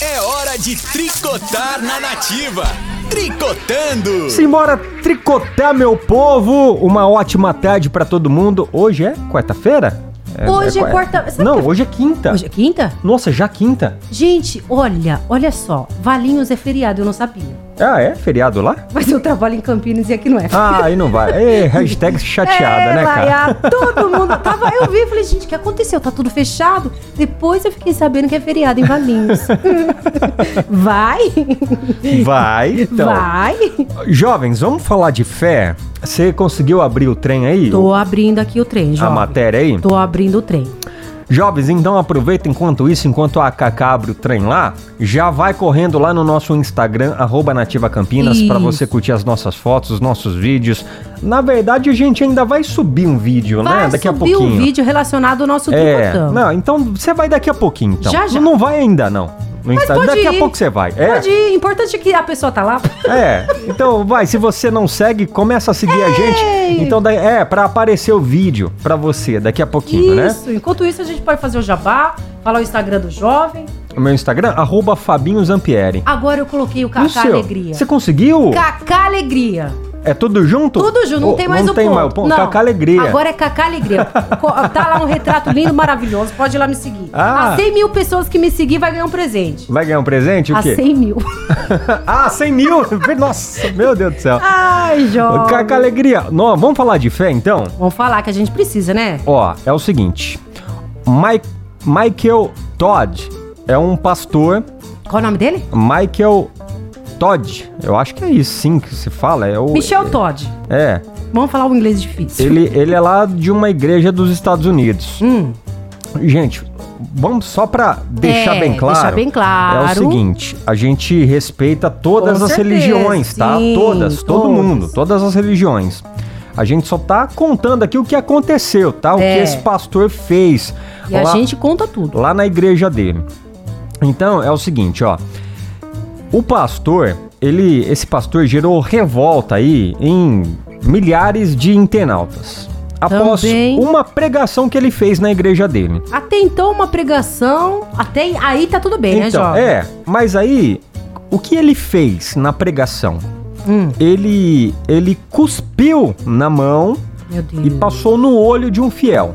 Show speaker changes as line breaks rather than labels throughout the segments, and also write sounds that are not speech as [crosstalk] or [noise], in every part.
É de tricotar na nativa. Tricotando!
Simbora tricotar, meu povo! Uma ótima tarde pra todo mundo. Hoje é quarta-feira?
Hoje é
qua-
quarta- sabe
Não,
que-
hoje é quinta.
Hoje é quinta?
Nossa, já quinta?
Gente, olha, olha só. Valinhos é feriado, eu não sabia.
Ah, é? Feriado lá?
Mas eu trabalho em Campinas e aqui não é.
Ah, aí não vai.
[laughs]
Ei, hashtag chateada,
é,
né, cara?
Laia,
[laughs]
todo mundo tava. Eu vi, falei, gente, o que aconteceu? Tá tudo fechado? Depois eu fiquei sabendo que é feriado
[laughs]
em Valinhos. Vai,
Vai, então.
vai.
Jovens, vamos falar de fé? Você conseguiu abrir o trem aí?
Tô abrindo aqui o trem,
a
jovem.
matéria aí?
Tô abrindo o trem.
Jovens, então aproveita enquanto isso, enquanto a Cacá abre o trem lá, já vai correndo lá no nosso Instagram, arroba Nativa Campinas,
Isso.
pra você curtir as nossas fotos, os nossos vídeos. Na verdade, a gente ainda vai subir um vídeo,
Vai
né? Daqui a
subir
pouquinho.
um vídeo relacionado ao nosso
é,
tricotão.
não, então você vai daqui a pouquinho, então.
Já, já.
Não vai ainda, não. No Instagram.
pode
tá, Daqui a
ir.
pouco você vai. É.
Pode ir, importante que a pessoa tá lá.
[laughs] É, então vai, se você não segue, começa a seguir a gente. Então daí- é para aparecer o vídeo pra você daqui a pouquinho, né?
Isso, enquanto isso a gente pode fazer o jabá, falar o Instagram do jovem.
O meu Instagram arroba Fabinho Zampieri.
Agora eu
E
coloquei o
o
Cacá
seu?
Tá, Alegria.
Você conseguiu?
Cacá Alegria.
É tudo junto?
Tudo junto, não
Oh,
tem mais
não
o
tem
ponto.
mais o ponto.
Não.
Cacá Alegria.
Agora é Cacá Alegria. Co- [laughs] tá lá um retrato lindo, maravilhoso. Pode ir lá me seguir.
Ah.
A 100 mil pessoas que me seguir vai ganhar um presente.
Vai ganhar um presente? O
A
quê? [laughs]
100 mil.
ah, 100 mil! [laughs] Nossa, meu Deus do céu.
Ai, jovem.
Cacá Alegria. Nó, vamos falar de fé então?
Vamos falar que a gente precisa, né?
Ó, é o seguinte. Mike, Michael Todd é um pastor
Qual o nome dele?
Michael Todd. Eu acho que é isso sim que se fala. É o,
Michel Todd.
É.
Vamos falar um inglês difícil.
Ele, ele é lá de uma igreja dos Estados Unidos.
Hum.
Gente, vamos só pra deixar
É,
bem claro.
deixar bem claro.
É o seguinte, a gente respeita todas
Com
as
certeza,
religiões, tá?
sim,
todas, todo
todas.
mundo, todas as religiões. A gente só tá contando aqui o que aconteceu, tá? O
É.
que esse pastor fez.
E a
Lá-
gente conta tudo.
lá na igreja dele. Então é o seguinte, ó. O pastor, ele, esse pastor gerou revolta aí em milhares de internautas. Após
Também.
uma pregação que ele fez na igreja dele.
Até então, uma pregação. Até aí tá tudo bem, né,
Então,
jovem?
é, mas aí o que ele fez na pregação?
Hum.
Ele ele cuspiu na mão
Meu Deus.
e passou no olho de um fiel.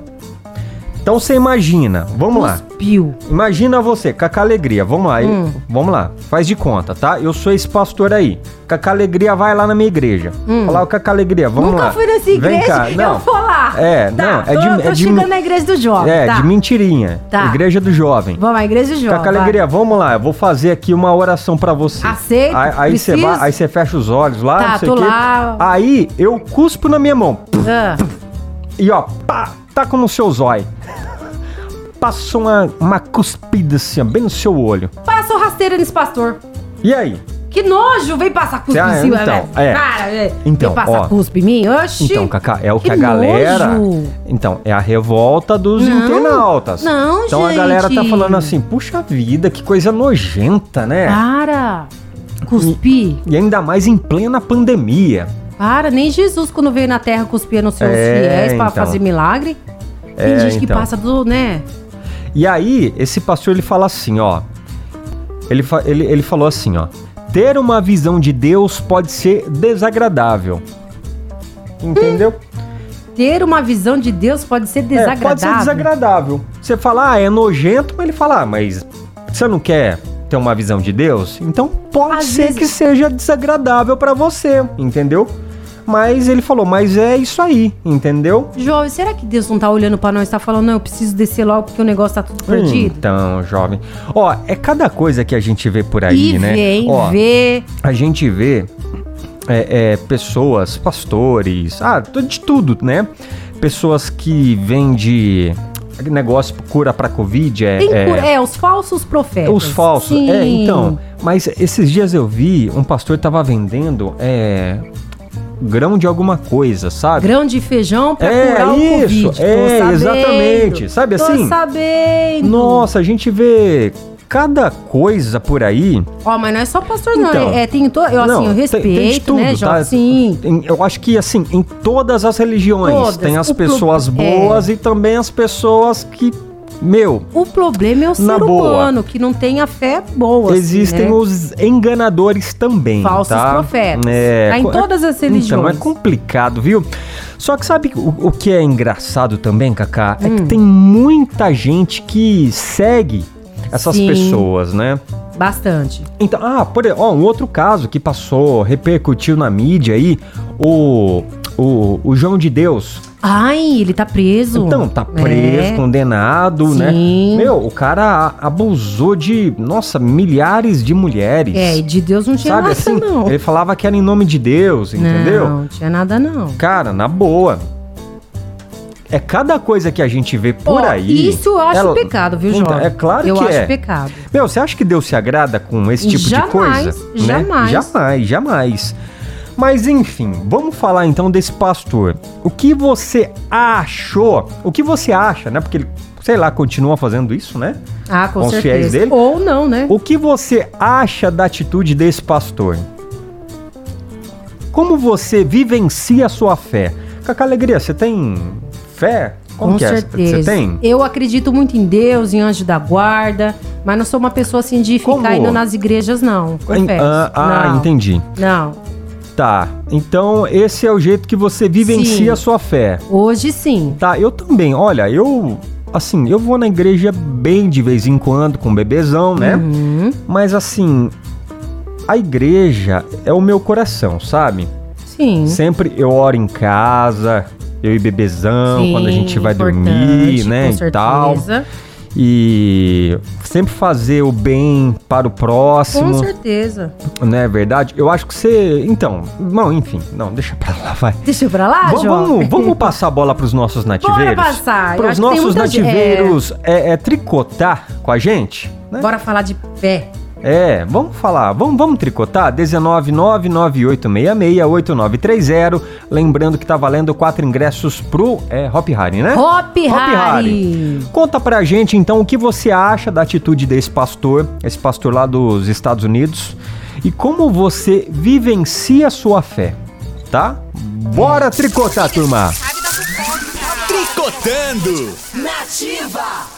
Então você imagina, vamos lá.
Cuspiu.
Imagina você, Cacá Alegria, vamos lá,
Hum.
eu- vamos lá, faz de conta, tá? Eu sou esse pastor aí. Cacá Alegria vai lá na minha igreja.
Hum.
Fala, ô, Cacá Alegria, vamos
Nunca
lá.
fui nessa
Vem
igreja,
cá,
eu vou lá.
É,
Tá,
não, é
tô-
de-
tô
é de-
chegando na igreja do jovem.
É,
tá.
de mentirinha.
Tá.
Igreja do jovem.
Vamos, à igreja do jovem.
Cacá
vai.
Alegria, vamos lá, eu vou fazer aqui uma oração pra você.
Aceito,
Aí- Aí você
preciso.
vai, aí você fecha os olhos lá,
Tá,
não sei
tô
o quê.
lá.
Aí eu cuspo na minha mão.
Ah,
E ó, pá, taca no seu zóio. Passa uma, uma cuspida assim, ó, bem no seu olho.
Passou rasteira nesse pastor.
E aí?
Que nojo, vem passar cuspe
Ah,
em cima,
então,
velho.
é.
Para, velho.
Então,
vem passar
ó.
cuspe em mim? Oxi.
Então, Cacá, é o que,
Que
a galera.
nojo.
Então, é a revolta dos
Não,
internautas.
não,
Então a
gente.
galera tá falando assim: puxa vida, que coisa nojenta, né?
Ah. Para. Cuspir.
E ainda mais em plena pandemia.
Para, nem Jesus quando veio na terra cuspia nos seus
É,
fiéis pra
então.
fazer milagre. Tem
É,
gente que
então.
passa do, né?
E aí, esse pastor ele fala assim: ó. Ele, fa- ele, ele falou assim: ó. Ter uma visão de Deus pode ser desagradável. Entendeu?
Ter uma visão de Deus pode ser
É,
desagradável.
pode ser desagradável. Você fala, ah, é nojento, mas ele fala, ah, mas você não quer ter uma visão de Deus? Então pode
Às
ser
vezes-
que seja desagradável pra você, entendeu? Mas ele falou, mas é isso aí, entendeu?
Jovem, será que Deus não tá olhando pra nós e tá falando, não, eu preciso descer logo porque o negócio tá tudo perdido?
Então, jovem. Ó, é cada coisa que a gente vê por aí,
e
né?
vem
Ó,
ver.
a gente vê é, é, pessoas, pastores, ah, tu- de tudo, né? Pessoas que vendem negócio cura pra Covid, é,
Tem cura-
é,
é, os falsos profetas.
Os falsos.
Sim.
É, então. Mas esses dias eu vi um pastor tava vendendo é, grão de alguma coisa, sabe?
Grão de feijão pra
É,
curar o
isso,
Covid. Tô
é,
sabendo,
exatamente. Sabe assim?
Tô sabendo.
Nossa, a gente vê cada coisa por aí.
Ó, mas não é só pastor, não.
Então.
é, tem to... eu, assim, eu
tem-
respeito,
tem de tudo,
né,
tá?
Jovem? Sim.
Em- Eu acho que, assim, em todas as religiões
Todas.
tem as
O pro-
pessoas
é.
boas e também as pessoas que Meu,
O problema é o
Na
ser
boa.
humano, que não tem a fé boa. assim,
existem
né?
os enganadores também.
Falsos
tá?
profetas.
É,
Tá em
co-
todas as
Então, é
religiões.
complicado, viu? Só que sabe o, o que é engraçado também, Kaká? É
Hum.
que tem muita gente que segue essas
Sim.
pessoas, né?
Bastante.
Então, ah, por, ó, um outro caso que passou, repercutiu na mídia aí, o, o, o João de Deus.
Ai, ele tá preso.
Então, tá preso,
É.
condenado, né?
Sim.
Meu, o cara a- abusou de, nossa, milhares de mulheres.
É, e de Deus não tinha
Sabe
nada,
assim?
não.
Ele falava que era em nome de Deus, entendeu?
Não, não tinha nada, não.
Cara, na boa. É cada coisa que a gente vê por
Ó,
aí.
Isso eu acho
ela-
pecado, viu,
Então,
Jorge?
É claro
eu
que
acho
é.
pecado.
Meu, você acha que Deus se agrada com esse tipo de
Jamais,
coisa? né?
jamais.
Jamais, jamais. Mas enfim, vamos falar então desse pastor. O que você achou? O que você acha, né? Porque ele, sei lá, continua fazendo isso, né?
Ah, com,
Com os
certeza.
fiéis dele?
Ou não, né?
O que você acha da atitude desse pastor? Como você vivencia a sua fé? Cacá Alegria, você tem fé? Como
Com
que é?
certeza.
Você tem?
Eu acredito muito em Deus, em anjo da guarda, mas não sou uma pessoa assim de ficar
Como?
indo nas igrejas, não. Confesso.
Ah, ah,
não,
entendi.
Não.
Tá. Então esse é o jeito que você vivencia
Sim.
a sua fé.
Hoje sim.
Tá, eu também. Olha, eu. Assim, eu vou na igreja bem de vez em quando, com o bebezão, né?
Uhum,
Mas assim, a igreja é o meu coração, sabe?
sim.
Sempre eu oro em casa, eu e bebezão,
Sim,
quando a gente vai
importante,
dormir, né?
com
e tal.
certeza.
E sempre fazer o bem para o
Com
próximo,
certeza.
né? Verdade? Eu acho que você. Então, não, enfim, não, deixa pra lá, vai.
Deixa eu pra lá,
Vamos,
Ah, João.
vamos,
[laughs]
vamos passar a bola pros nossos nativeiros?
Bora passar. Eu
Pros
acho que tem
nossos
muita gente-
nativeiros é... é tricotar com a gente? né?
Bora falar de pé.
É, vamos falar, vamos, vamos tricotar? 19998668930. Lembrando que tá valendo quatro ingressos pro é, Hop Hari, né?
Hop,
Hop
Harry.
Conta pra gente então o que você acha da atitude desse pastor, esse pastor lá dos Estados Unidos, e como você vivencia a sua fé, tá? Bora tricotar, turma!
Tricotando.
Nativa!